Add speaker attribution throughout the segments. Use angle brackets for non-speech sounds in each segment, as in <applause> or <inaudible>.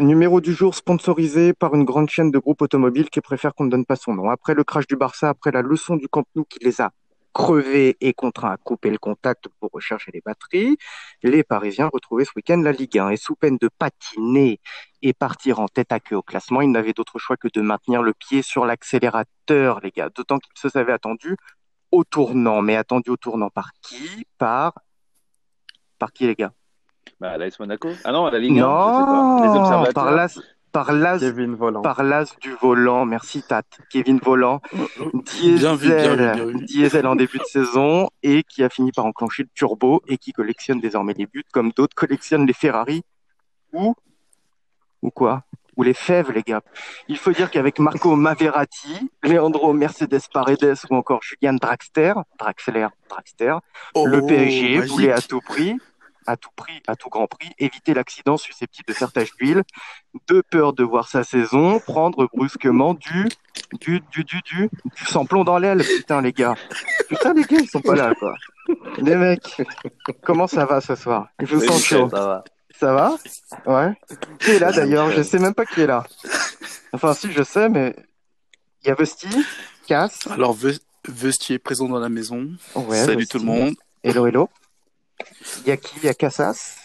Speaker 1: Numéro du jour sponsorisé par une grande chaîne de groupes automobiles qui préfère qu'on ne donne pas son nom. Après le crash du Barça, après la leçon du Camp Nou qui les a crevés et contraints à couper le contact pour recharger les batteries, les Parisiens retrouvaient ce week-end la Ligue 1 et sous peine de patiner et partir en tête à queue au classement, ils n'avaient d'autre choix que de maintenir le pied sur l'accélérateur, les gars. D'autant qu'ils se savaient attendus au tournant. Mais attendus au tournant par qui Par... Par qui, les gars
Speaker 2: Bah, l'AS Monaco. Ah non, la Ligue 1. je sais
Speaker 1: non,
Speaker 2: pas. Les observateurs.
Speaker 1: par l'as, par l'as,
Speaker 3: Kevin Volant.
Speaker 1: par l'as du volant. Merci Tat, Kevin Volant, diesel,
Speaker 4: Oh, Bien vu, bien vu, bien vu.
Speaker 1: diesel en début de saison et qui a fini par enclencher le turbo et qui collectionne désormais les buts comme d'autres collectionnent les Ferrari ou ou quoi ou les fèves, les gars. Il faut dire qu'avec Marco Maverati, Leandro Mercedes Paredes ou encore Julian Draxler, Draxler, Draxler, le
Speaker 4: Oh,
Speaker 1: PSG
Speaker 4: magique.
Speaker 1: voulait à tout prix, à tout prix, à tout grand prix, éviter l'accident susceptible de faire tache d'huile, de peur de voir sa saison prendre brusquement du, du, du, du, du, du sans plomb dans l'aile. Putain, les gars. Putain, les gars, ils sont pas là, quoi. Les mecs, comment ça va ce soir Je vous
Speaker 2: Oui,
Speaker 1: sens
Speaker 2: Michel,
Speaker 1: chaud.
Speaker 2: ça va.
Speaker 1: Ça va Ouais. Qui est là d'ailleurs Je sais même pas qui est là. Enfin, si, je sais, mais. Il y a Vesti, Cass.
Speaker 4: Alors, Ve- Vesti est présent dans la maison.
Speaker 1: Ouais,
Speaker 4: Salut
Speaker 1: Vesti.
Speaker 4: tout le monde.
Speaker 1: Hello, hello. Il y a qui Il y a Cassas.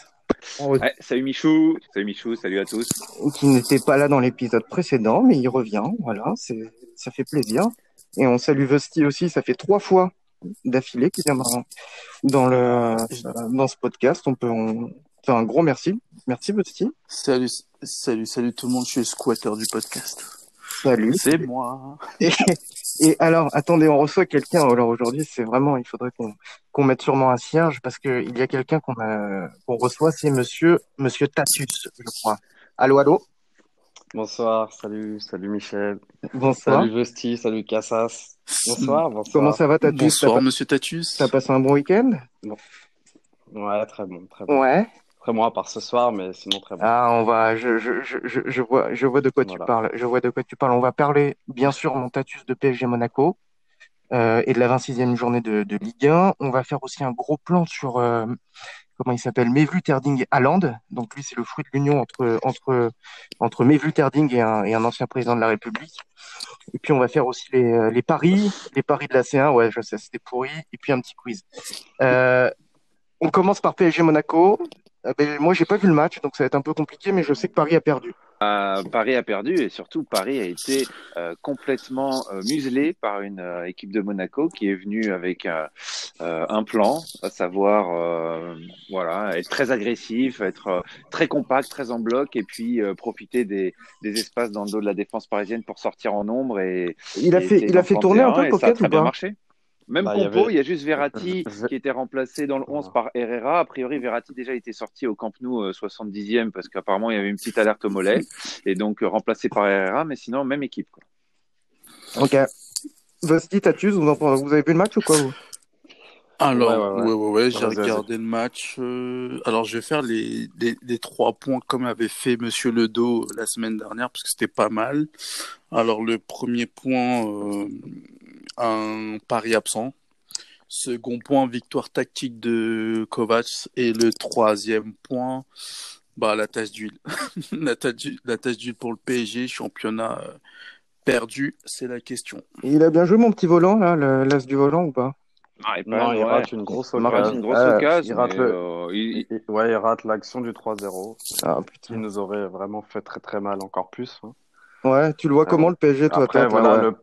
Speaker 2: Ouais, salut Michou. Salut Michou, salut à tous.
Speaker 1: Euh, qui n'était pas là dans l'épisode précédent, mais il revient. Voilà, c'est, ça fait plaisir. Et on salue Vesti aussi, ça fait trois fois d'affilée qu'il vient dans, dans le, dans ce podcast. On peut on- faire un gros merci. Merci Vesti.
Speaker 4: Salut, salut, salut tout le monde. Je suis le squatter du podcast.
Speaker 1: Salut.
Speaker 4: C'est moi.
Speaker 1: Et, et alors, attendez, on reçoit quelqu'un. Alors aujourd'hui, c'est vraiment, il faudrait qu'on qu'on mette sûrement un cierge parce que il y a quelqu'un qu'on a- qu'on reçoit, c'est Monsieur Monsieur Tatus, je crois. Allô, allô.
Speaker 3: Bonsoir, salut, salut Michel.
Speaker 1: Bonsoir.
Speaker 3: Salut Vesti, salut Cassas. Bonsoir, bonsoir.
Speaker 1: Comment ça va, Tatus
Speaker 4: Bonsoir,
Speaker 1: T'as pas-
Speaker 4: monsieur Tatus.
Speaker 1: T'as passé un bon week-end
Speaker 3: Ouais, très bon, très bon.
Speaker 1: Ouais.
Speaker 3: Très bon à part ce soir, mais sinon très bon.
Speaker 1: Ah, on va, je, je, je, je- je vois, je vois de quoi tu
Speaker 3: Voilà.
Speaker 1: parles. Je vois de quoi tu parles. On va parler, bien sûr, mon tatus de PSG Monaco euh, et de la 26e journée de, de Ligue 1. On va faire aussi un gros plan sur, euh, comment il s'appelle, Mevlut Terding et Haaland. Donc lui, c'est le fruit de l'union entre, entre, entre Mevlut Terding et un, et un ancien président de la République. Et puis, on va faire aussi les, euh, les paris, les paris de la C1. Ouais, je sais, c'était pourri. Et puis, un petit quiz. Euh, on commence par PSG Monaco. Euh, ben, moi, j'ai pas vu le match, donc ça va être un peu compliqué, mais je sais que Paris a perdu.
Speaker 2: Euh, Paris a perdu et surtout Paris a été euh, complètement euh, muselé par une euh, équipe de Monaco qui est venue avec euh, euh, un plan, à savoir euh, voilà être très agressif, être euh, très compact, très en bloc et puis euh, profiter des, des espaces dans le dos de la défense parisienne pour sortir en nombre et
Speaker 1: Il a
Speaker 2: et
Speaker 1: fait,
Speaker 2: essayer
Speaker 1: il a fait
Speaker 2: d'enfin
Speaker 1: tourner un
Speaker 2: terrain,
Speaker 1: peu
Speaker 2: et
Speaker 1: le
Speaker 2: ça a
Speaker 1: pocket
Speaker 2: très
Speaker 1: ou
Speaker 2: bien
Speaker 1: pas
Speaker 2: marché. Même
Speaker 3: Bah, il y
Speaker 2: compo, il
Speaker 3: avait-
Speaker 2: y a juste
Speaker 3: <laughs>
Speaker 2: Verratti
Speaker 3: Je-
Speaker 2: qui était remplacé dans le
Speaker 3: Ah.
Speaker 2: 11 par Herrera. A priori, Verratti déjà était sorti au Camp Nou euh, 70e parce qu'apparemment il y avait une petite alerte au mollet et donc euh, remplacé par Herrera, mais sinon même équipe. Quoi.
Speaker 1: Ok. Vosti, Tatus, vous, en pensez- vous avez vu le match ou quoi vous
Speaker 4: Alors,
Speaker 3: Ouais,
Speaker 4: ouais,
Speaker 3: ouais,
Speaker 4: ouais, ouais, j'ai
Speaker 3: Vas-y, vas-y.
Speaker 4: regardé le match. euh, Alors, je vais faire les, les, les trois points comme avait fait Monsieur Ledo la semaine dernière, parce que c'était pas mal. Alors, le premier point, euh, un pari absent. Second point, victoire tactique de Kovacs. Et le troisième point, bah, la tasse d'huile. <laughs> la tasse d'huile la tasse d'huile pour le PSG, championnat euh, perdu, c'est la question.
Speaker 1: Il a bien joué mon petit volant là, le- l'as du volant ou pas
Speaker 2: Ah, et
Speaker 3: Non,
Speaker 2: pas-
Speaker 3: il
Speaker 2: ouais.
Speaker 3: rate une grosse
Speaker 2: Il rate
Speaker 3: occasion.
Speaker 2: une grosse
Speaker 3: Ouais,
Speaker 2: occasion.
Speaker 3: Il rate,
Speaker 2: mais,
Speaker 3: le-
Speaker 2: euh, il-
Speaker 3: il- ouais, il rate l'action du 3-0,
Speaker 1: Ah putain.
Speaker 3: qui nous aurait vraiment fait très très mal encore plus. hein.
Speaker 1: Ouais, tu le vois comment le PSG toi
Speaker 3: Après,
Speaker 1: Tate,
Speaker 3: voilà,
Speaker 1: là, ouais.
Speaker 3: le...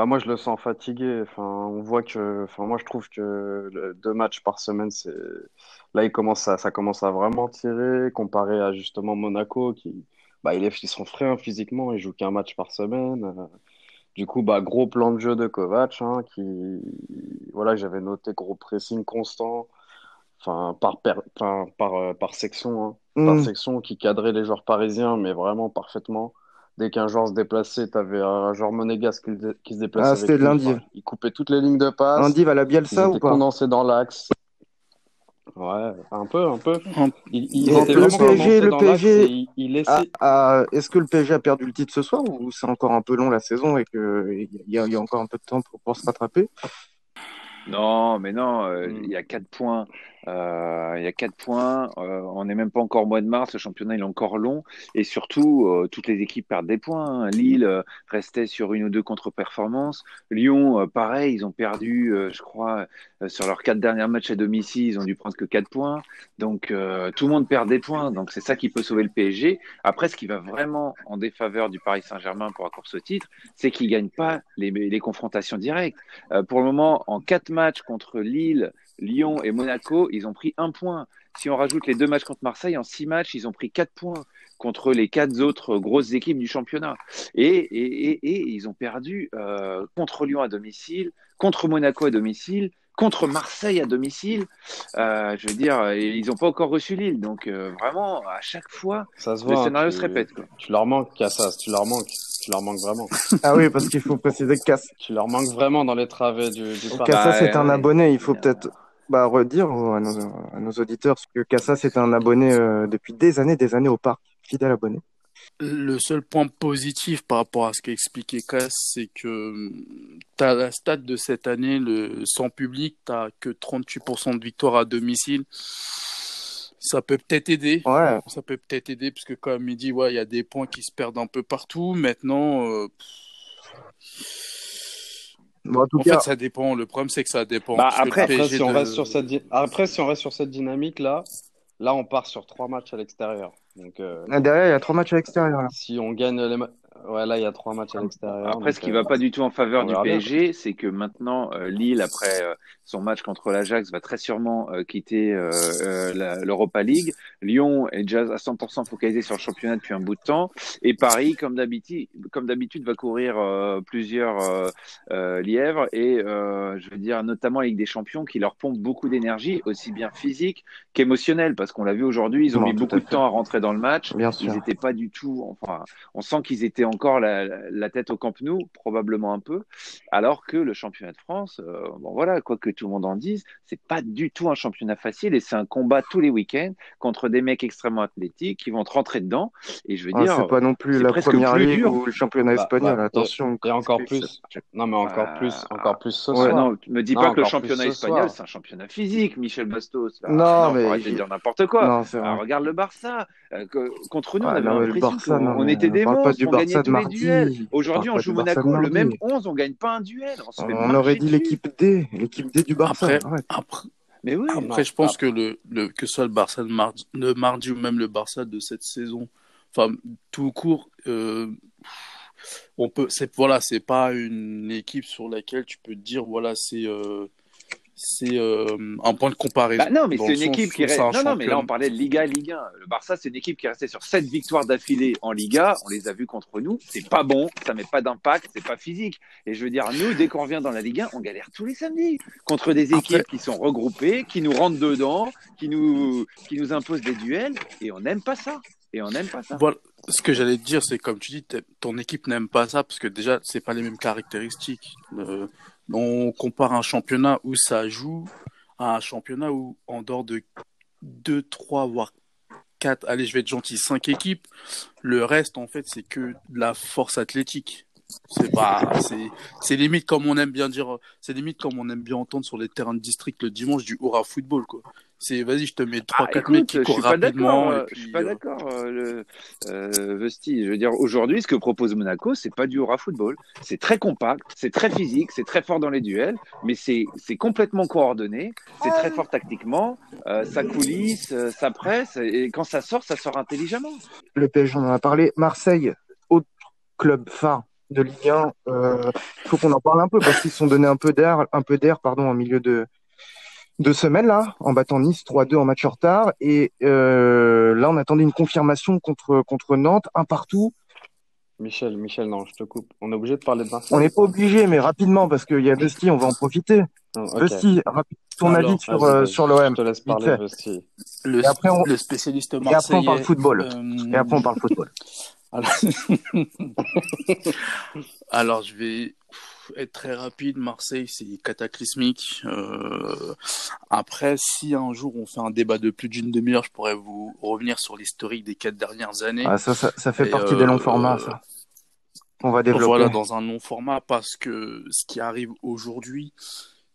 Speaker 3: ouais, moi je le sens fatigué. Enfin, on voit que, enfin, moi je trouve que le- deux matchs par semaine, c'est là il commence à... ça commence à vraiment tirer comparé à justement Monaco qui, bah, il est... ils sont frais physiquement, ils jouent qu'un match par semaine. Euh, Du coup, bah, gros plan de jeu de Kovac, hein, qui, voilà, j'avais noté gros pressing constant, enfin, par, per- enfin, par, euh, par section, hein par
Speaker 1: Hmm.
Speaker 3: section qui cadrait les joueurs parisiens, mais vraiment parfaitement. Dès qu'un joueur se déplaçait, t'avais un joueur monégasque qui, le dé- qui se déplaçait.
Speaker 1: Ah,
Speaker 3: avec
Speaker 1: c'était
Speaker 3: lui.
Speaker 1: lundi.
Speaker 3: Enfin, il coupait toutes les lignes de passe.
Speaker 1: Andy va la
Speaker 3: ils
Speaker 1: Bielsa
Speaker 3: étaient
Speaker 1: ou pas
Speaker 3: condensés dans l'axe. Ouais, un peu, un peu.
Speaker 4: Un-
Speaker 3: Ils, ils
Speaker 1: Le
Speaker 3: étaient
Speaker 1: PSG,
Speaker 3: vraiment condensés
Speaker 1: le
Speaker 3: dans l'axe
Speaker 1: PSG.
Speaker 3: et Ils, ils laissaient.
Speaker 1: Ah, ah, Est-ce que le PSG a perdu le titre ce soir ou c'est encore un peu long la saison et qu'il y, a- il y a encore un peu de temps pour, pour se rattraper
Speaker 2: Non, mais non, euh,
Speaker 3: Mm.
Speaker 2: il y a 4 points. Euh, il y a quatre points. Euh, on n'est même pas encore au mois de mars. Le championnat il est encore long. Et surtout, euh, toutes les équipes perdent des points. hein. Lille restait sur une ou deux contre-performances. Lyon, euh, pareil, ils ont perdu, euh, je crois, euh, sur leurs quatre derniers matchs à domicile, ils ont dû prendre que quatre points. Donc euh, tout le monde perd des points. Donc c'est ça qui peut sauver le PSG. Après, ce qui va vraiment en défaveur du Paris Saint-Germain pour accroître ce titre, c'est qu'il gagne pas les, les confrontations directes. Euh, pour le moment, en quatre matchs contre Lille, Lyon et Monaco, ils ont pris un point. Si on rajoute les deux matchs contre Marseille, en six matchs, ils ont pris quatre points contre les quatre autres grosses équipes du championnat. Et, et- et- et ils ont perdu euh, contre Lyon à domicile, contre Monaco à domicile, contre Marseille à domicile. Euh, je veux dire, et ils n'ont pas encore reçu Lille. Donc euh, vraiment, à chaque fois,
Speaker 3: Ça se
Speaker 2: le
Speaker 3: voit. hein,
Speaker 2: scénario
Speaker 3: tu-
Speaker 2: se répète. quoi.
Speaker 3: Tu leur manques, Cassas. Tu leur manques. Tu leur manques vraiment.
Speaker 1: <laughs> Ah oui, parce qu'il faut préciser que Cass-
Speaker 3: Tu leur manques vraiment dans les travées du, du Paris.
Speaker 1: Cassas
Speaker 2: ouais,
Speaker 1: est un
Speaker 2: ouais.
Speaker 1: abonné. Il faut peut-être bah, redire aux- à nos, à nos auditeurs que Cassas est un abonné euh, depuis des années, des années au parc, fidèle abonné.
Speaker 4: Le seul point positif par rapport à ce qu'a expliqué Cass, c'est que tu as la stat de cette année, le, sans public, tu que 38% de victoire à domicile. Ça peut peut-être aider.
Speaker 1: Ouais,
Speaker 4: Ça peut peut-être aider, parce que comme il dit, ouais, il y a des points qui se perdent un peu partout. Maintenant, euh,
Speaker 1: bon, en tout
Speaker 4: en
Speaker 1: cas,
Speaker 4: fait, ça dépend. Le problème, c'est que ça dépend.
Speaker 2: Bah,
Speaker 4: parce que le
Speaker 2: après-
Speaker 3: Après,
Speaker 4: PSG
Speaker 3: si on
Speaker 4: de-
Speaker 3: reste sur cette, di- après, si on reste sur cette dynamique là, là, on part sur trois matchs à l'extérieur. Donc, euh,
Speaker 1: derrière, il y a trois matchs à l'extérieur. là.
Speaker 3: si on gagne les, ma- ouais, là, il y a trois matchs à l'extérieur.
Speaker 2: Après,
Speaker 3: donc,
Speaker 2: ce qui
Speaker 3: euh,
Speaker 2: va pas du tout en faveur
Speaker 3: on
Speaker 2: du
Speaker 3: verra bien.
Speaker 2: PSG, c'est que maintenant, euh, Lille, après euh, son match contre l'Ajax, va très sûrement euh, quitter euh, euh, la- l'Europa League. Lyon est déjà à 100% focalisé sur le championnat depuis un bout de temps. Et Paris, comme d'habitude, comme d'habitude, va courir euh, plusieurs euh, euh, lièvres. Et euh, je veux dire, notamment la Ligue des Champions, qui leur pompe beaucoup d'énergie, aussi bien physique qu'émotionnelle. Parce qu'on l'a vu aujourd'hui, ils ont
Speaker 1: Bon,
Speaker 2: mis
Speaker 1: tout à
Speaker 2: beaucoup de
Speaker 1: fait.
Speaker 2: temps à rentrer dans le match.
Speaker 1: Bien
Speaker 2: Ils
Speaker 1: sûr.
Speaker 2: n'étaient pas du tout, enfin, on sent qu'ils étaient encore la, la tête au Camp Nou, probablement un peu, alors que le championnat de France, euh, bon voilà, quoi que tout le monde en dise, c'est pas du tout un championnat facile et c'est un combat tous les week-ends contre des mecs extrêmement athlétiques qui vont te rentrer dedans. Et je veux
Speaker 1: Ah,
Speaker 2: dire,
Speaker 1: c'est pas non plus
Speaker 2: c'est
Speaker 1: la
Speaker 2: presque
Speaker 1: première
Speaker 2: plus
Speaker 1: ligue
Speaker 2: dur.
Speaker 1: ou le championnat
Speaker 3: Bah,
Speaker 1: espagnol.
Speaker 3: bah,
Speaker 1: Attention.
Speaker 3: Et encore plus. Non, mais encore
Speaker 2: Bah,
Speaker 3: plus, encore plus ce
Speaker 1: ouais,
Speaker 2: Ah
Speaker 3: soir.
Speaker 2: non, me dis
Speaker 3: Non,
Speaker 2: pas que le
Speaker 3: encore plus
Speaker 2: championnat
Speaker 3: ce
Speaker 2: espagnol,
Speaker 3: soir.
Speaker 2: c'est un championnat physique, Michel Bastos. Là.
Speaker 1: Non,
Speaker 2: Non, faut
Speaker 1: mais
Speaker 2: arrêter de
Speaker 1: il-
Speaker 2: dire n'importe quoi.
Speaker 1: non, c'est
Speaker 2: Ah,
Speaker 1: vrai.
Speaker 2: regarde le Barça. Euh, que- contre nous, on
Speaker 1: Ah,
Speaker 2: avait
Speaker 1: non, mais le
Speaker 2: l'impression
Speaker 1: Barça, non,
Speaker 2: qu'on on
Speaker 1: mais
Speaker 2: était
Speaker 1: on
Speaker 2: des
Speaker 1: parle pas
Speaker 2: monstres,
Speaker 1: du
Speaker 2: qu'on gagnait
Speaker 1: Barça de
Speaker 2: tous les duels.
Speaker 1: mardi. On parle
Speaker 2: Aujourd'hui, on
Speaker 1: pas du
Speaker 2: joue
Speaker 1: Barça de
Speaker 2: Monaco,
Speaker 1: mardi.
Speaker 2: le même 11, on gagne pas un duel. On se fait
Speaker 1: On aurait
Speaker 2: marcher
Speaker 1: dit
Speaker 2: dessus.
Speaker 1: l'équipe D, l'équipe D du Barça.
Speaker 4: Après,
Speaker 1: Arrête.
Speaker 4: après,
Speaker 2: Mais oui.
Speaker 4: après,
Speaker 3: Non,
Speaker 4: je pense
Speaker 3: après.
Speaker 4: que le, le- que ce soit le Barça de mardi, le mardi ou même le Barça de cette saison, enfin, tout court, euh, on peut, c'est, voilà, c'est pas une équipe sur laquelle tu peux te dire, voilà, c'est, euh, c'est euh, un point de comparaison.
Speaker 2: Bah non, mais
Speaker 4: Dans
Speaker 2: c'est
Speaker 4: le
Speaker 2: une
Speaker 4: sens
Speaker 2: équipe
Speaker 4: où
Speaker 2: qui
Speaker 4: c'est un
Speaker 2: reste. Non, non, mais là, on
Speaker 4: championnat.
Speaker 2: parlait de Liga, Ligue 1. Le Barça, c'est une équipe qui est restée sur sept victoires d'affilée en Liga. On les a vues contre nous. C'est pas bon. Ça met pas d'impact. C'est pas physique. Et je veux dire, nous, dès qu'on revient dans la Ligue 1, on galère tous les samedis contre des
Speaker 4: Après-
Speaker 2: équipes qui sont regroupées, qui nous rentrent dedans, qui nous, qui nous imposent des duels. Et on n'aime pas ça. Et on n'aime pas ça.
Speaker 4: Voilà, ce que j'allais te dire, c'est comme tu dis, t'es- ton équipe n'aime pas ça parce que déjà, c'est pas les mêmes caractéristiques. Euh, on compare un championnat où ça joue à un championnat où, en dehors de 2, 3, voire 4, allez, je vais être gentil, 5 équipes, le reste, en fait, c'est que de la force athlétique. C'est pas, c'est, c'est limite comme on aime bien dire, c'est limite comme on aime bien entendre sur les terrains de district le dimanche du hurrah football, quoi. C'est, vas-y, je te mets
Speaker 2: Ah,
Speaker 4: 3, 4 mecs
Speaker 2: écoute,
Speaker 4: qui
Speaker 2: je
Speaker 4: courent
Speaker 2: suis pas d'accord.
Speaker 4: rapidement et
Speaker 2: euh, Je suis
Speaker 4: puis,
Speaker 2: pas
Speaker 4: euh,
Speaker 2: d'accord. euh, le euh, Vesti, je veux dire, aujourd'hui, ce que propose Monaco, c'est pas du hora football. C'est très compact, c'est très physique, c'est très fort dans les duels, mais c'est c'est complètement coordonné. C'est très fort tactiquement. euh, ça coulisse, euh, ça presse, et quand ça sort, ça sort intelligemment.
Speaker 1: Le PSG, on en a parlé. Marseille, autre club phare de Ligue 1. euh, Il faut qu'on en parle un peu parce qu'ils se sont donné un peu d'air, un peu d'air, pardon, en milieu de, de semaine là, en battant Nice 3-2 en match en retard. Et euh, là, on attendait une confirmation contre contre Nantes, un partout.
Speaker 3: Michel, Michel, non, je te coupe. On est obligé de parler de Marseille.
Speaker 1: On n'est pas
Speaker 3: ou
Speaker 1: obligé, mais rapidement parce qu'il y a Vesti, on va en profiter.
Speaker 3: pas Non, ok.
Speaker 1: Vesti, rapide, ton
Speaker 4: Alors,
Speaker 1: avis sur
Speaker 3: Vas-y,
Speaker 1: euh,
Speaker 3: vas-y.
Speaker 1: sur
Speaker 3: Je
Speaker 1: l'OM,
Speaker 3: te laisse
Speaker 1: vite
Speaker 3: parler,
Speaker 1: fait.
Speaker 3: Vesti.
Speaker 4: le,
Speaker 1: Et après, on-
Speaker 4: le spécialiste
Speaker 1: Et après, on parle
Speaker 4: marseillais.
Speaker 1: football.
Speaker 4: euh,
Speaker 1: Et après, on parle
Speaker 4: <laughs>
Speaker 1: football.
Speaker 4: alors... alors, je vais être très rapide. Marseille, c'est cataclysmique. Euh, Après, si un jour on fait un débat de plus d'une demi-heure, je pourrais vous revenir sur l'historique des quatre dernières années.
Speaker 1: Ah, ça, ça, ça fait
Speaker 4: Et,
Speaker 1: partie des longs
Speaker 4: euh,
Speaker 1: formats, ça. On va développer.
Speaker 4: Voilà, dans un long format, parce que ce qui arrive aujourd'hui,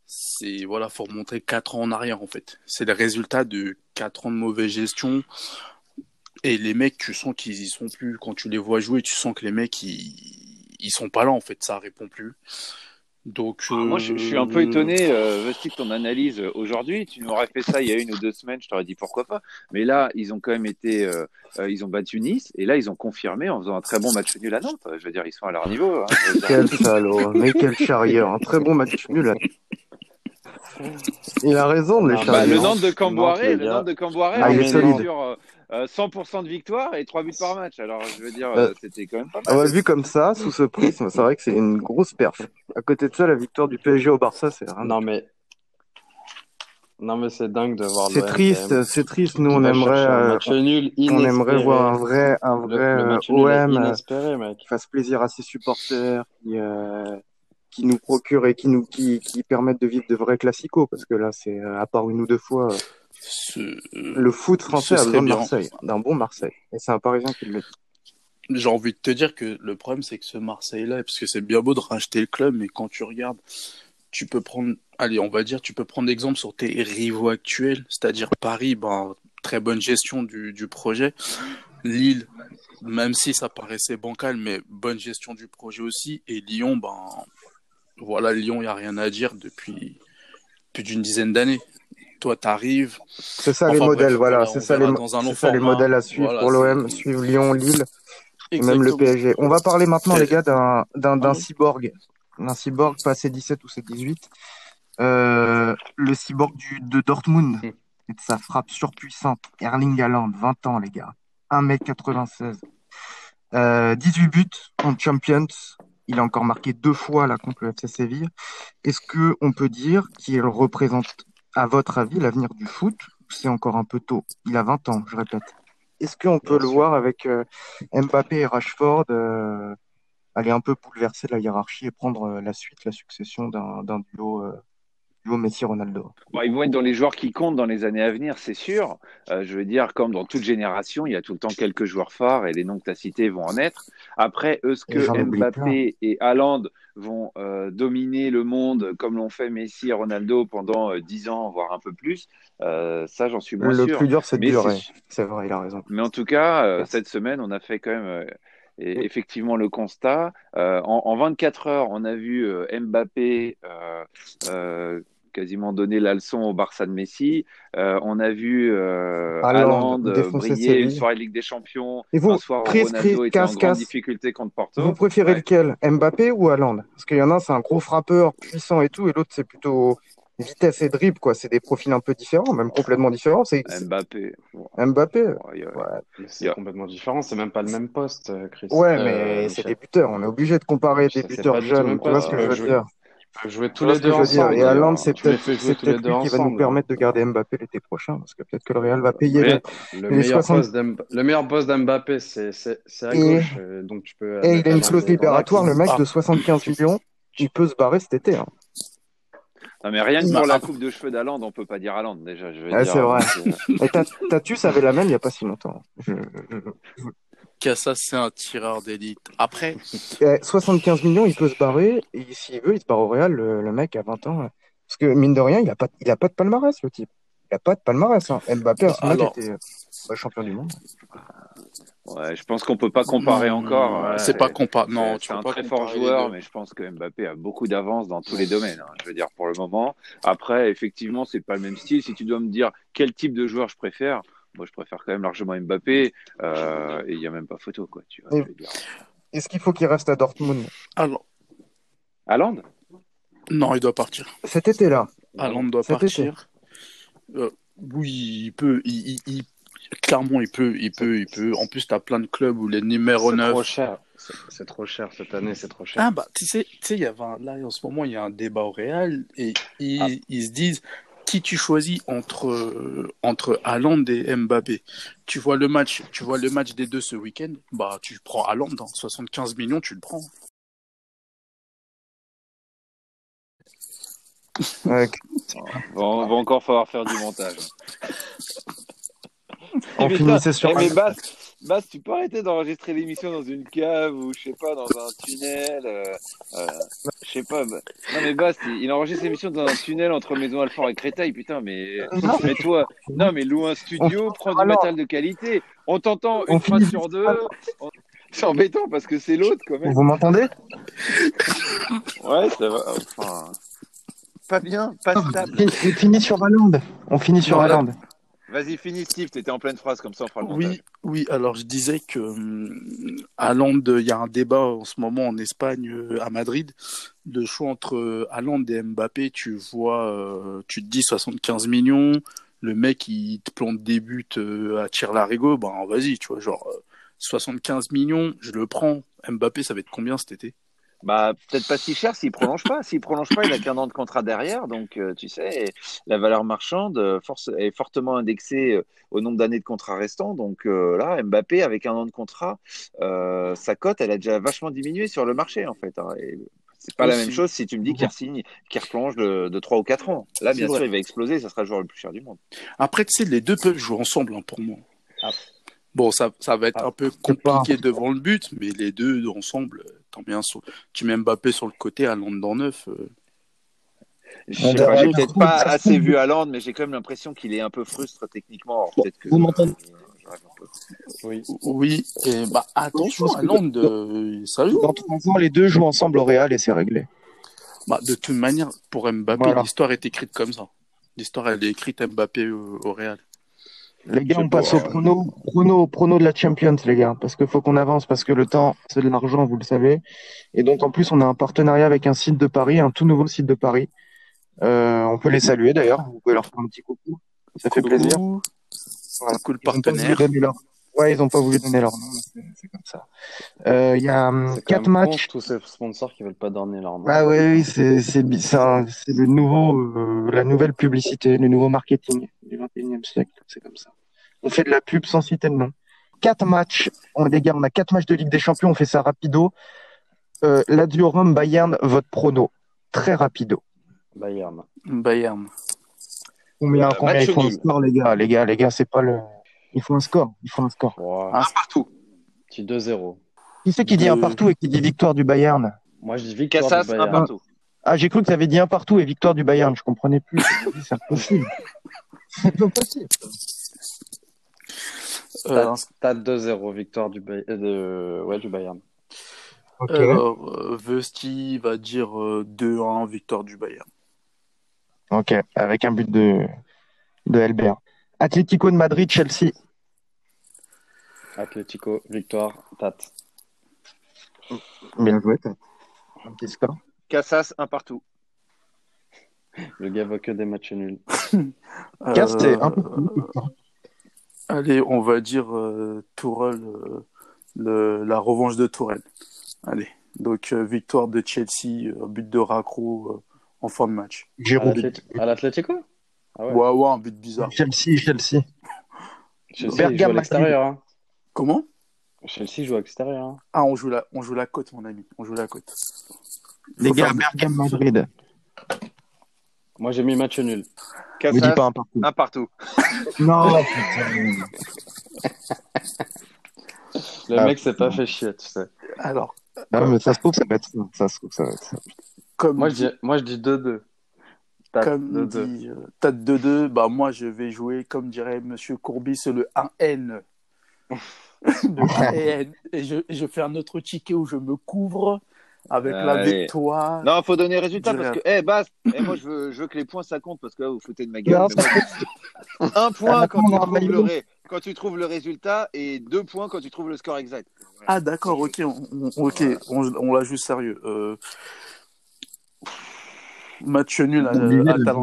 Speaker 4: c'est voilà, faut remonter quatre ans en arrière en fait. C'est le résultat de quatre ans de mauvaise gestion. Et les mecs, tu sens qu'ils y sont plus. Quand tu les vois jouer, tu sens que les mecs, ils, ils sont pas là en fait. Ça répond plus. Donc,
Speaker 2: euh... Moi, je, je, suis un peu étonné, euh, Vastic, ton analyse euh, aujourd'hui. Tu m'aurais fait ça il y a une ou deux semaines, je t'aurais dit pourquoi pas. Mais là, ils ont quand même été, euh, ils ont battu Nice et là, ils ont confirmé en faisant un très bon match nul à Nantes. Je veux dire, ils sont à leur niveau. Hein, <laughs>
Speaker 1: quel salaud, hein. mais quel charrieur. Un très bon match nul à Il a raison, les
Speaker 2: bah, Le Nantes de Camboiré, le Nantes de Camboiré, ah, il est sur. euh, 100% de victoire et 3 buts par match. Alors, je veux dire, euh, c'était quand même pas mal.
Speaker 1: Ouais, Ah, bah, vu comme ça, sous ce prisme, c'est vrai que c'est une grosse perf. À côté de ça, la victoire du PSG au Barça, c'est rien.
Speaker 3: Non, mais. Non, mais c'est dingue de voir
Speaker 1: C'est triste, c'est triste. Nous, on aimerait, euh,
Speaker 3: nul
Speaker 1: on aimerait voir un vrai, un vrai euh,
Speaker 3: le, le
Speaker 1: OM
Speaker 3: inespéré, mec.
Speaker 1: qui fasse plaisir à ses supporters, qui, euh, qui nous procure et qui nous qui, qui permettent de vivre de vrais classicos. Parce que là, c'est euh, à part une ou deux fois.
Speaker 4: Ce... euh,
Speaker 1: Le foot français a besoin de Marseille, d'un bon Marseille. Et c'est un Parisien qui le dit.
Speaker 4: J'ai envie de te dire que le problème, c'est que ce Marseille-là, parce que c'est bien beau de racheter le club, mais quand tu regardes, tu peux prendre, allez, on va dire, tu peux prendre l'exemple sur tes rivaux actuels, c'est-à-dire Paris, ben, très bonne gestion du, du projet. Lille, même si ça paraissait bancal, mais bonne gestion du projet aussi. Et Lyon, ben, voilà, Lyon, il n'y a rien à dire depuis plus d'une dizaine d'années toi tu arrives.
Speaker 1: C'est ça enfin, les modèles, bref, voilà, c'est ça, les, ça les modèles à suivre voilà, pour l'OM, suivre Lyon, Lille, Exactement. même le PSG. On va parler maintenant les gars d'un d'un cyborg, d'un cyborg passé 17 ou 18, euh, le cyborg du, de Dortmund et de sa frappe surpuissante, Erling Haaland, 20 ans les gars, 1m96, euh, 18 buts en Champions, il a encore marqué deux fois là contre le FC Séville. Est-ce que on peut dire qu'il représente à votre avis, l'avenir du foot, c'est encore un peu tôt. Il a 20 ans, je répète. Est-ce qu'on peut Bien le sûr. voir avec euh, Mbappé et Rashford euh, aller un peu bouleverser la hiérarchie et prendre euh, la suite, la succession d'un duo euh, duo Messi-Ronaldo.
Speaker 2: Bon, ils vont être dans les joueurs qui comptent dans les années à venir, c'est sûr. Euh, je veux dire, comme dans toute génération, il y a tout le temps quelques joueurs phares et les noms que tu as cités vont en être. Après, est-ce que Mbappé et Haaland vont euh, dominer le monde comme l'ont fait Messi et Ronaldo pendant euh, 10 ans, voire un peu plus Euh, Ça, j'en suis moins
Speaker 1: le
Speaker 2: sûr.
Speaker 1: Le plus dur, c'est de durer. C'est vrai, il a raison.
Speaker 2: Mais en tout cas, euh, cette semaine, on a fait quand même et effectivement le constat. Euh, en, en, 24 heures, on a vu euh, Mbappé euh, quasiment donner la leçon au Barça de Messi. Euh, on a vu euh, Haaland briller une soirée de Ligue des Champions.
Speaker 1: Et vous,
Speaker 2: un soir
Speaker 1: Chris,
Speaker 2: Ronaldo
Speaker 1: Chris,
Speaker 2: était
Speaker 1: casse,
Speaker 2: en grande
Speaker 1: casse.
Speaker 2: difficulté contre Porto.
Speaker 1: Vous préférez lequel Mbappé ou Haaland Parce qu'il y en a un, c'est un gros frappeur puissant et tout, et l'autre, c'est plutôt vitesse et dribble, quoi. C'est des profils un peu différents, même complètement différents. C'est
Speaker 2: Euh, Mbappé.
Speaker 1: Mbappé.
Speaker 2: Ouais,
Speaker 3: ouais. C'est yeah. complètement différent. C'est même pas le même poste, Chris.
Speaker 1: Ouais, mais euh, c'est des buteurs. On est obligé de comparer des buteurs jeunes. Tu vois ce que euh, je veux dire
Speaker 3: Jouer tous les deux
Speaker 1: ensemble. Et Haaland, c'est peut-être
Speaker 3: peut
Speaker 1: lui qui
Speaker 3: ensemble, hein.
Speaker 1: va nous permettre de garder Mbappé l'été prochain, parce que peut-être que le Real va payer
Speaker 3: le, le, meilleur, 60... poste le meilleur poste d'Mbappé, c'est à gauche. Et... Donc tu peux
Speaker 1: et il a une clause libératoire, le mec de 75 millions, il peut se barrer cet été. Hein.
Speaker 2: Non, mais rien que pour la coupe de cheveux d'Alande, on peut pas dire Alande déjà. Je ah,
Speaker 1: c'est vrai. Et Tatus avait la même il n'y a pas si longtemps. Je...
Speaker 4: Kassas, c'est un tireur d'élite. Après.
Speaker 1: 75 millions, il peut se barrer. Et s'il veut, il se barre au Real, le, le, mec, à 20 ans. hein. Parce que, mine de rien, il n'a pas, il a pas de palmarès, le type. Il n'a pas de palmarès. Hein. Mbappé, à ce moment-là, était bah, champion du monde.
Speaker 2: Ouais, je pense qu'on peut pas comparer
Speaker 4: non,
Speaker 2: encore.
Speaker 4: Mmh,
Speaker 2: hein.
Speaker 4: Ouais, c'est pas comparable. Non,
Speaker 2: tu un très fort joueur, mais je pense que Mbappé a beaucoup d'avance dans tous les domaines. Hein, je veux dire pour le moment. Après, effectivement, c'est pas le même style. Si tu dois me dire quel type de joueur je préfère, moi je préfère quand même largement Mbappé. Euh, et il y a même pas photo quoi. Tu vois.
Speaker 1: Est-ce qu'il faut qu'il reste à Dortmund
Speaker 4: Alors.
Speaker 2: À Londres
Speaker 4: Non, il doit partir.
Speaker 1: Cet été-là.
Speaker 4: Londres doit
Speaker 1: Cet
Speaker 4: partir. Euh, oui, il peut. il, il, il clairement, il peut, il peut, il peut. En plus, tu as plein de clubs où les numéros 9.
Speaker 3: C'est trop cher. C'est trop cher cette année, c'est trop cher.
Speaker 4: Ah, bah, tu sais, tu sais, il y avait un... là, en ce moment, il y a un débat au Real et ils, ah. ils se disent qui tu choisis entre, euh, entre Haaland et Mbappé. Tu vois le match, tu vois le match des deux ce week-end, bah, tu prends Haaland, hein. 75 millions, tu le prends.
Speaker 1: Euh,
Speaker 2: Ouais. bon, va encore falloir faire du montage.
Speaker 1: On finissait sur.
Speaker 2: Eh, Mais Basque, Bah, tu peux arrêter d'enregistrer l'émission dans une cave ou je sais pas, dans un tunnel. euh, euh, je sais pas. bah- Non, mais Bast, il, il enregistre l'émission dans un tunnel entre Maison Alfort et Créteil, putain, mais.
Speaker 1: Non,
Speaker 2: Mais toi, non, mais loue un studio, prends du
Speaker 1: alors-
Speaker 2: matériel de qualité. On t'entend
Speaker 1: On
Speaker 2: une fois
Speaker 1: finit-
Speaker 2: sur deux. On- C'est embêtant parce que c'est l'autre quand même.
Speaker 1: Vous m'entendez
Speaker 2: Ouais, ça va. Enfin. Pas bien, pas stable.
Speaker 1: On finit sur Valand. On finit sur
Speaker 2: Non,
Speaker 1: Valand.
Speaker 2: Vas-y, finis, Steve, t'étais en pleine phrase, comme ça on fera le montage.
Speaker 4: Oui, oui. Alors je disais que hum, à Londres, il y a un débat en ce moment en Espagne, euh, à Madrid, le choix entre euh, Haaland et Mbappé. Tu vois, euh, tu te dis 75 millions. Le mec, il te plante des buts euh, à tir larigot. Ben vas-y, tu vois, genre euh, 75 millions, je le prends. Mbappé, ça va être combien cet été
Speaker 2: Bah, peut-être pas si cher s'il prolonge pas. S'il prolonge pas, il a qu'un an de contrat derrière. Donc, euh, tu sais, la valeur marchande euh, force, est fortement indexée euh, au nombre d'années de contrat restant. Donc, euh, là, Mbappé, avec un an de contrat, euh, sa cote, elle a déjà vachement diminué sur le marché, en fait. hein. Et c'est pas la
Speaker 4: Aussi.
Speaker 2: même chose si tu me dis qu'il signe, qu'il replonge de, de 3 ou 4 ans. Là,
Speaker 4: C'est
Speaker 2: bien sûr,
Speaker 4: vrai.
Speaker 2: il va exploser. Ça sera le joueur le plus cher du monde.
Speaker 4: Après, tu sais, les deux peuvent jouer ensemble hein, pour moi.
Speaker 2: Ah.
Speaker 4: Bon, ça, ça va être
Speaker 1: Ah,
Speaker 4: un peu compliqué devant le but, mais les deux ensemble, euh, tant bien. sur- Tu mets Mbappé sur le côté, à Londres dans neuf. euh,
Speaker 2: Je sais
Speaker 1: On
Speaker 2: pas,
Speaker 1: verra.
Speaker 2: j'ai peut-être pas assez vu Haaland, mais j'ai quand même l'impression qu'il est un peu frustre techniquement. Alors, peut-être que,
Speaker 5: Vous m'entendez
Speaker 2: je rêve un peu.
Speaker 4: Oui, et bah attention, à Londres, euh, ça joue.
Speaker 1: Dans trois ans, les deux jouent ensemble au Real et c'est réglé.
Speaker 4: Bah, de toute manière, pour Mbappé,
Speaker 1: Voilà.
Speaker 4: l'histoire est écrite comme ça. L'histoire, elle est écrite Mbappé au, au Real.
Speaker 1: Les gars,
Speaker 2: C'est
Speaker 1: on passe
Speaker 2: beau,
Speaker 1: au
Speaker 2: hein.
Speaker 1: prono, prono, prono de la Champions, les gars, parce qu'il faut qu'on avance, parce que le temps, c'est de l'argent, vous le savez. Et donc, en plus, on a un partenariat avec un site de Paris, un tout nouveau site de Paris. Euh, on peut les saluer d'ailleurs, vous pouvez leur faire un petit coucou, ça fait plaisir.
Speaker 4: Coucou.
Speaker 1: Voilà.
Speaker 4: Coucou le
Speaker 1: Ils ont pas voulu
Speaker 4: partenaire.
Speaker 1: donner leur- Ouais, ils n'ont pas voulu donner leur nom, mais c'est c'est comme ça. Euh, Il y a hum,
Speaker 3: C'est quand
Speaker 1: quatre
Speaker 3: même con,
Speaker 1: matchs.
Speaker 3: tous ces sponsors qui veulent pas donner leur nom.
Speaker 1: Ah oui, oui, c'est c'est bi- c'est un- c'est le nouveau, euh, la nouvelle publicité, le nouveau marketing du 21e siècle. C'est comme ça. On fait de la pub sans citer de nom. Quatre matchs, on, les gars, on a quatre matchs de Ligue des Champions, on fait ça rapido. Euh, Lazio, Rome, Bayern, votre prono. Très rapido.
Speaker 3: Bayern.
Speaker 4: Bayern.
Speaker 1: Combien,
Speaker 2: Euh,
Speaker 1: combien
Speaker 2: match
Speaker 1: ils font un
Speaker 2: nul.
Speaker 1: score, les gars Ah, Les gars, les gars, c'est pas le. Il faut un score. Il faut un score.
Speaker 3: Ouah,
Speaker 4: Un partout.
Speaker 3: Petit 2-0.
Speaker 1: Qui c'est qui dit
Speaker 4: Euh,
Speaker 1: un partout et qui dit victoire du Bayern
Speaker 3: Moi, je dis victoire
Speaker 2: Cassas,
Speaker 3: du
Speaker 2: un
Speaker 3: Bayern.
Speaker 2: partout.
Speaker 1: Ah, j'ai cru que tu avais dit un partout et victoire du Bayern. Je comprenais plus. C'est impossible. <laughs> C'est pas possible.
Speaker 4: Euh,
Speaker 3: Stade 2-0, victoire du, Bay- euh, de- ouais, du Bayern.
Speaker 1: Ok.
Speaker 4: alors, euh, Vesti va dire euh, 2-1, victoire du Bayern.
Speaker 1: Ok, avec un but de, de Elbert. Atlético de Madrid, Chelsea.
Speaker 3: Atlético, victoire, Tate.
Speaker 1: Bien joué, t'as un petit score.
Speaker 2: Cassas, un partout.
Speaker 3: Le gars veut que des matchs nuls.
Speaker 4: Euh,
Speaker 1: Casse, t'es un peu
Speaker 4: Allez, on va dire euh, Tourelle, euh, le- la revanche de Tourelle. Allez, donc euh, victoire de Chelsea, euh, but de Racro euh, en fin de match.
Speaker 3: À
Speaker 1: Giroud.
Speaker 3: l'Atlét- à l'Atlético Ah ouais.
Speaker 4: Ouais, ouais, un but bizarre.
Speaker 1: Chelsea, Chelsea.
Speaker 3: Chelsea, il joue
Speaker 1: Bergame,
Speaker 3: à l'extérieur. hein.
Speaker 4: Comment
Speaker 3: Chelsea joue à l'extérieur. hein.
Speaker 4: Ah, on joue, la, on joue la côte, mon ami. On joue la côte.
Speaker 1: Les
Speaker 4: Faut
Speaker 1: gars,
Speaker 4: faire-
Speaker 1: Bergame, Madrid.
Speaker 3: Moi, j'ai mis match nul.
Speaker 1: Vous
Speaker 2: Cassas,
Speaker 1: dites pas un partout.
Speaker 2: un partout.
Speaker 1: Non,
Speaker 3: Le
Speaker 1: Ah,
Speaker 3: mec s'est pas fait chier, tu sais.
Speaker 4: Alors,
Speaker 1: non, mais ça se trouve, ça va être ça. Ça se trouve, ça va être ça.
Speaker 4: comme
Speaker 3: Moi, je
Speaker 4: dit,
Speaker 3: dis, moi, je dis 2-2. Tate,
Speaker 4: comme
Speaker 3: 2-2.
Speaker 4: dit, euh, Tate 2-2, bah moi je vais jouer, comme dirait Monsieur Courbis, le <laughs> 1N. le 1N. Et je, et je fais un autre ticket où je me couvre avec la
Speaker 2: Allez.
Speaker 4: victoire.
Speaker 2: Non, faut donner résultat
Speaker 4: Je
Speaker 2: parce que,
Speaker 4: rêve.
Speaker 2: eh, Bast, eh, moi, je veux, je veux que les points, ça compte parce que là, vous foutez de ma gueule.
Speaker 1: Non,
Speaker 2: mais moi, <laughs> un point quand tu,
Speaker 1: on a
Speaker 2: trouves le
Speaker 1: validé.
Speaker 2: ré- quand tu trouves le résultat et deux points quand tu trouves le score exact.
Speaker 4: Ah d'accord, ok, on, on- ok, on, on la joue sérieux. Euh, Match nul à, à Talent-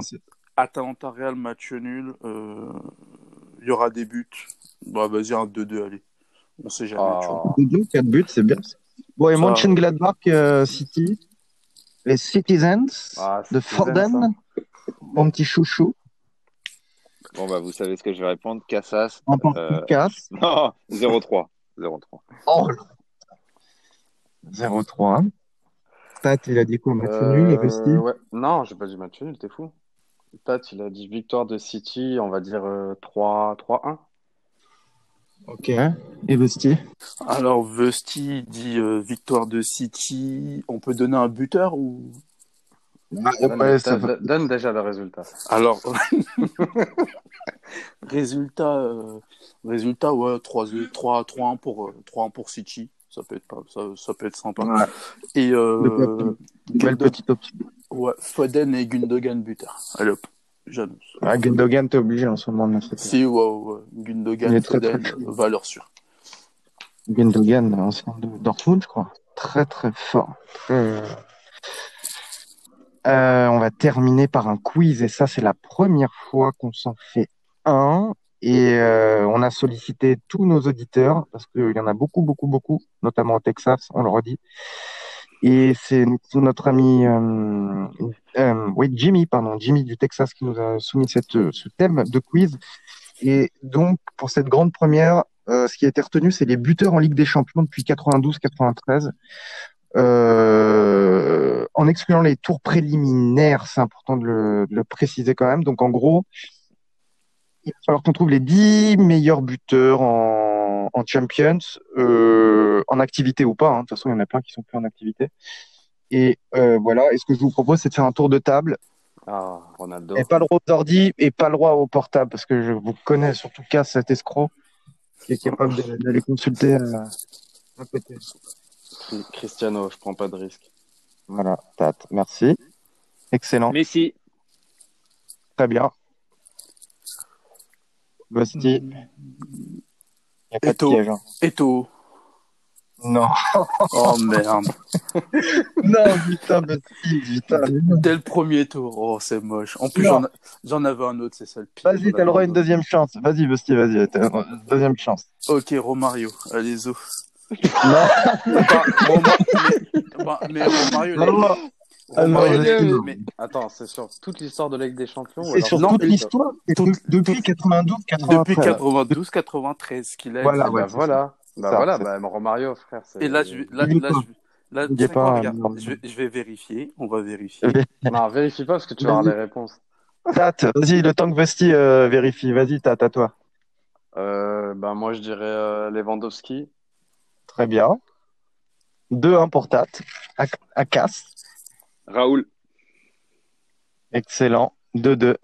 Speaker 4: Atalanta Real, match nul. euh, Il y aura des buts. Bah vas-y, un 2-2, allez. On sait jamais. tu vois.
Speaker 3: Ah.
Speaker 1: 4 buts, c'est bien. Bon, et
Speaker 4: Ça-
Speaker 1: Mönchengladbach, euh, City. Les Citizens
Speaker 3: Ah,
Speaker 1: de
Speaker 3: c'est Zidane, ça.
Speaker 1: Forden. Mon petit chouchou.
Speaker 2: Bon, bah, vous savez ce que je vais répondre. Cassas, <laughs>
Speaker 1: En partout,
Speaker 2: Euh.
Speaker 1: casse.
Speaker 2: non, 0-3. 0-3.
Speaker 1: Oh là. 0-3. Pat, il a dit quoi Match nul,
Speaker 3: Euh,
Speaker 1: Rusty
Speaker 3: ouais. Non, j'ai pas dit match nul, t'es fou. Tate, il a dit victoire de City, on va dire euh, 3 3-1.
Speaker 1: Ok. Et Vesti
Speaker 4: Alors, Vesti dit euh, victoire de City. On peut donner un buteur ou
Speaker 3: Donne,
Speaker 1: ça va.
Speaker 3: donne- donne déjà le résultat.
Speaker 4: <laughs> Alors, résultat, euh, résultat, ouais, 3, 3, 3, 1 pour, euh, 3 1 pour City. Ça peut être, pas, ça, ça peut être sympa.
Speaker 1: Ouais.
Speaker 4: Et
Speaker 1: Belle
Speaker 4: euh,
Speaker 1: Quelle
Speaker 4: Gundogan-
Speaker 1: petite option.
Speaker 4: ouais, Foden et Gundogan buteur. Allez hop, j'annonce.
Speaker 1: Ah, Gundogan, t'es obligé en ce moment de lancer.
Speaker 4: Si, ouais, ouais, Gundogan,
Speaker 1: Il est très, très
Speaker 4: Foden,
Speaker 1: chaud.
Speaker 4: euh, valeur sûre.
Speaker 1: Gundogan, ancien de Dortmund, je crois. Très très fort. Très- Euh, on va terminer par un quiz et ça c'est la première fois qu'on s'en fait un et euh, on a sollicité tous nos auditeurs parce qu'il y en a beaucoup beaucoup beaucoup, notamment au Texas, on le redit. Et c'est notre- notre ami euh, euh, oui, Jimmy, pardon, Jimmy du Texas qui nous a soumis cette, ce thème de quiz. Et donc pour cette grande première, euh, ce qui a été retenu, c'est les buteurs en Ligue des Champions depuis 92-93. Euh, en excluant les tours préliminaires, c'est important de le, de le préciser quand même. Donc en gros, il va falloir qu'on trouve les 10 meilleurs buteurs en, en Champions, euh, en activité ou pas. hein. De toute façon, il y en a plein qui sont plus en activité. Et euh, voilà, et ce que je vous propose, c'est de faire un tour de table
Speaker 3: Ah, Ronaldo.
Speaker 1: et pas le droit aux ordi et pas le droit au portable, parce que je vous connais surtout cas cet escroc qui est capable de- d'aller consulter euh, à côté.
Speaker 3: Cri- Cristiano, je prends pas de risque.
Speaker 1: Voilà, Tat, merci. Excellent,
Speaker 2: Messi,
Speaker 1: très bien. Bosti, il n'y a pas de
Speaker 4: Eto.
Speaker 1: piège. hein.
Speaker 4: Eto.
Speaker 1: Non.
Speaker 4: Oh merde.
Speaker 1: <laughs> non, putain, Bosti, putain.
Speaker 4: Dès le premier tour. Oh, c'est moche. En plus,
Speaker 1: Non.
Speaker 4: j'en a- j'en avais un autre, c'est ça le pire.
Speaker 1: Vas-y, t'as le droit à une deuxième chance. Vas-y, Bosti, vas-y, t'as une deuxième chance.
Speaker 4: Ok, Romario. Allez, zo.
Speaker 1: <laughs> Non,
Speaker 4: Bah, Roma- mais, bah, mais Romario, il a-
Speaker 1: non, non, Ah, non,
Speaker 4: Romario, il a-
Speaker 1: non.
Speaker 4: mais-
Speaker 3: Attends, c'est sur toute l'histoire de la Ligue des Champions ou
Speaker 1: c'est
Speaker 3: alors-
Speaker 1: sur
Speaker 4: non,
Speaker 1: toute
Speaker 4: et-
Speaker 1: l'histoire. c'est
Speaker 4: toute-
Speaker 1: de- depuis 92, 93.
Speaker 4: depuis 92, 93, qu'il a.
Speaker 1: Voilà,
Speaker 3: Ah,
Speaker 1: ouais,
Speaker 3: bah
Speaker 1: c'est
Speaker 3: voilà. Bah
Speaker 1: Ça,
Speaker 3: voilà,
Speaker 1: c'est
Speaker 3: bah Romario, frère. c'est-
Speaker 4: Et là, je vais, là,
Speaker 1: N'oublie
Speaker 4: là,
Speaker 1: pas.
Speaker 4: je vais- là,
Speaker 1: N'oubliez
Speaker 4: cinq
Speaker 1: pas,
Speaker 4: ans, regarde,
Speaker 1: non.
Speaker 4: je, vais, je vais vérifier. On va vérifier.
Speaker 1: Euh,
Speaker 3: Non, vérifie pas parce que tu vas avoir les réponses.
Speaker 1: Tat, vas-y, le temps que Vesti euh, vérifie. Vas-y, Tat, à toi.
Speaker 3: Euh, bah moi, je dirais euh, Lewandowski.
Speaker 1: Très bien. 2-1 pour Tat, à, à Casse.
Speaker 2: Raoul,
Speaker 1: Excellent. 2-2.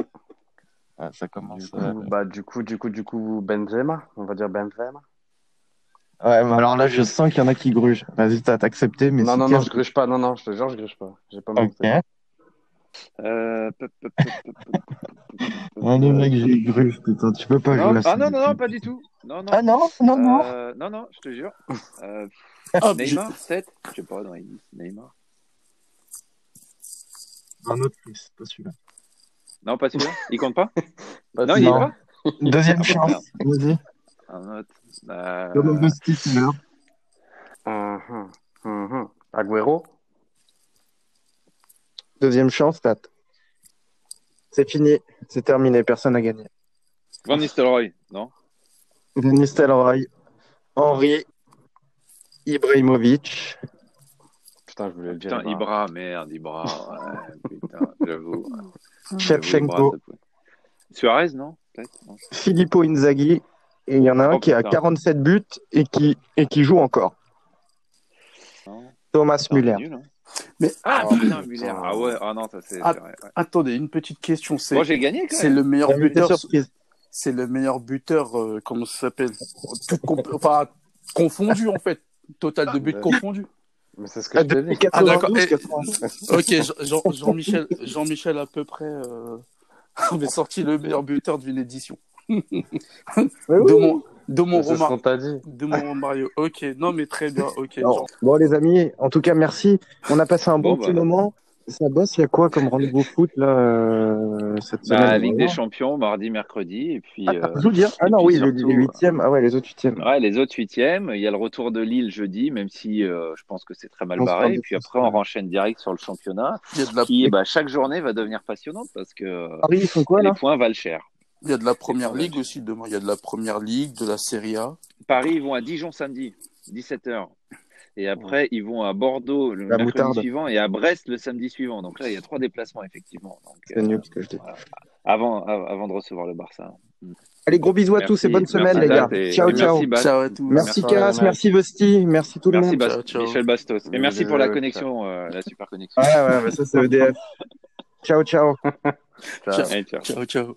Speaker 1: Ah, ça
Speaker 3: Du
Speaker 1: commence.
Speaker 3: coup,
Speaker 1: euh,
Speaker 3: bah du coup, du coup, du coup, Benzema. On va dire Benzema.
Speaker 1: Ouais, mais alors là, je sens qu'il y en a qui grugent. Vas-y, Tat, accepté. Mais
Speaker 3: non,
Speaker 1: c'est
Speaker 3: non,
Speaker 1: clair.
Speaker 3: non, je gruge pas. Non, non, je te jure, je gruge pas. J'ai pas
Speaker 1: Ok.
Speaker 3: menti.
Speaker 2: euh, pop, pop, pop, pop, pop, pop, pop,
Speaker 1: Ah, le
Speaker 2: euh,
Speaker 1: mec, j'ai gruge, putain. Tu peux pas
Speaker 2: non,
Speaker 1: jouer à ça.
Speaker 2: ah non, non, non, pas du tout. Non, non.
Speaker 1: Ah non, non, non. Ah,
Speaker 2: Euh, non, non, je te
Speaker 1: <laughs>
Speaker 2: jure. Euh,
Speaker 4: Hop, je-
Speaker 2: Neymar, 7 Je sais pas, dans les 10, Neymar.
Speaker 1: Un autre plus, pas celui-là.
Speaker 2: Non, pas celui-là. Il compte pas
Speaker 3: Pas
Speaker 2: Non,
Speaker 3: de-
Speaker 2: il est
Speaker 1: non.
Speaker 2: pas
Speaker 1: <laughs> Deuxième chance. Vas-y.
Speaker 2: Un autre. Euh,
Speaker 1: Comme Vesti, c'est l'heure.
Speaker 3: Mhm, mhm. Agüero.
Speaker 1: Deuxième chance, Tat. C'est fini. C'est terminé. Personne n'a gagné.
Speaker 2: Van Nistelrooy, non
Speaker 1: Van Nistelrooy, Henri, Ibrahimovic.
Speaker 3: Putain, je voulais le dire.
Speaker 2: Putain,
Speaker 3: bah.
Speaker 2: Ibra, merde,
Speaker 1: <laughs>
Speaker 2: Ibra. Ouais, putain, j'avoue.
Speaker 1: Shevchenko.
Speaker 2: J'avoue, Ibra, ça pouvait- Suarez, non Peut-être non, je sais
Speaker 1: Filippo Inzaghi. Et il y en a un
Speaker 2: Oh,
Speaker 1: qui a
Speaker 2: putain.
Speaker 1: 47 buts et qui, et qui joue encore.
Speaker 2: pas, non.
Speaker 1: Thomas
Speaker 2: Putain,
Speaker 1: Müller.
Speaker 2: c'est nul, hein.
Speaker 4: Mais-
Speaker 2: ah,
Speaker 3: Ah,
Speaker 2: putain,
Speaker 3: putain.
Speaker 2: Müller. Ah ouais, ah non, ça c'est.
Speaker 4: Ah,
Speaker 2: c'est vrai, ouais.
Speaker 4: Attendez, une petite question. C'est
Speaker 2: Bon, j'ai gagné quand
Speaker 4: c'est
Speaker 2: même.
Speaker 4: le meilleur
Speaker 1: Ça m'a fait
Speaker 4: buteur.
Speaker 1: surprise.
Speaker 4: C'est le meilleur buteur. euh, comment ça s'appelle Tout comp- Enfin, confondu en fait. Total de buts confondus.
Speaker 3: Mais c'est ce que
Speaker 1: Ah,
Speaker 3: je t'ai dit.
Speaker 1: 92,
Speaker 4: Ah, d'accord. Et-
Speaker 1: 92.
Speaker 4: Ok, Jean- Jean- michel Jean-Michel à peu près. euh, <laughs> avait sorti le meilleur buteur d'une édition.
Speaker 1: Ouais,
Speaker 4: De
Speaker 1: ouais.
Speaker 4: mon, de mon
Speaker 3: Mais C'est ce qu'on
Speaker 4: Romario.
Speaker 3: t'a dit.
Speaker 4: De mon <laughs> Romario. Ok, non mais très bien. Ok.
Speaker 1: Alors, Bon, les amis, en tout cas, merci. On a passé un bon,
Speaker 2: Bon,
Speaker 1: petit
Speaker 2: bah.
Speaker 1: moment. Ça bosse, il y a quoi comme rendez-vous foot là, euh, cette semaine
Speaker 2: Bah, Ligue des
Speaker 1: vraiment
Speaker 2: Champions, mardi, mercredi, et puis.
Speaker 1: Ah,
Speaker 2: euh,
Speaker 1: je veux dire. Ah
Speaker 2: et
Speaker 1: non,
Speaker 2: puis
Speaker 1: oui,
Speaker 2: surtout, euh,
Speaker 1: les huitièmes. Ah ouais, les autres huitièmes.
Speaker 2: Ouais, les autres huitièmes, il y a le retour de Lille jeudi, même si euh, je pense que c'est très mal
Speaker 1: On se parle
Speaker 2: barré.
Speaker 1: de
Speaker 2: Et puis
Speaker 1: tout
Speaker 2: après,
Speaker 1: ça.
Speaker 2: on renchaîne direct sur le championnat,
Speaker 4: Il y a de la,
Speaker 2: qui bah, chaque journée va devenir passionnante parce que euh,
Speaker 1: Paris, ils font quoi
Speaker 2: les
Speaker 1: là
Speaker 2: points valent cher.
Speaker 4: il y a de la première ligue aussi demain. Il y a de la première ligue, de la Serie A.
Speaker 2: Paris, ils vont à Dijon samedi, 17h. Et après, ils vont à Bordeaux le
Speaker 1: La
Speaker 2: mercredi
Speaker 1: moutarde.
Speaker 2: suivant et à Brest le samedi suivant. Donc là, il y a trois déplacements, effectivement. Donc,
Speaker 1: C'est
Speaker 2: euh,
Speaker 1: nul ce que je dis.
Speaker 2: avant, av- avant de recevoir le Barça.
Speaker 1: Allez, gros bisous à
Speaker 2: Merci,
Speaker 1: tous et bonne
Speaker 2: merci
Speaker 1: semaine, les gars.
Speaker 2: Zat et-
Speaker 1: Ciao,
Speaker 2: et
Speaker 1: ciao.
Speaker 2: Bah, Merci, Bast.
Speaker 4: Ciao à tous.
Speaker 1: Merci,
Speaker 3: Merci,
Speaker 1: Cass,
Speaker 3: Ryan.
Speaker 1: merci Vosti, merci tout le
Speaker 2: Merci,
Speaker 1: monde.
Speaker 2: Bast.
Speaker 4: Ciao, ciao.
Speaker 2: Michel Bastos. Et merci pour la
Speaker 3: Ciao.
Speaker 2: connexion, euh, la super connexion.
Speaker 1: E
Speaker 2: <laughs>
Speaker 1: Ouais, ouais, mais ça c'est EDF. ciao, ciao.
Speaker 3: Ciao.
Speaker 2: Allez, ciao.
Speaker 4: Ciao, ciao.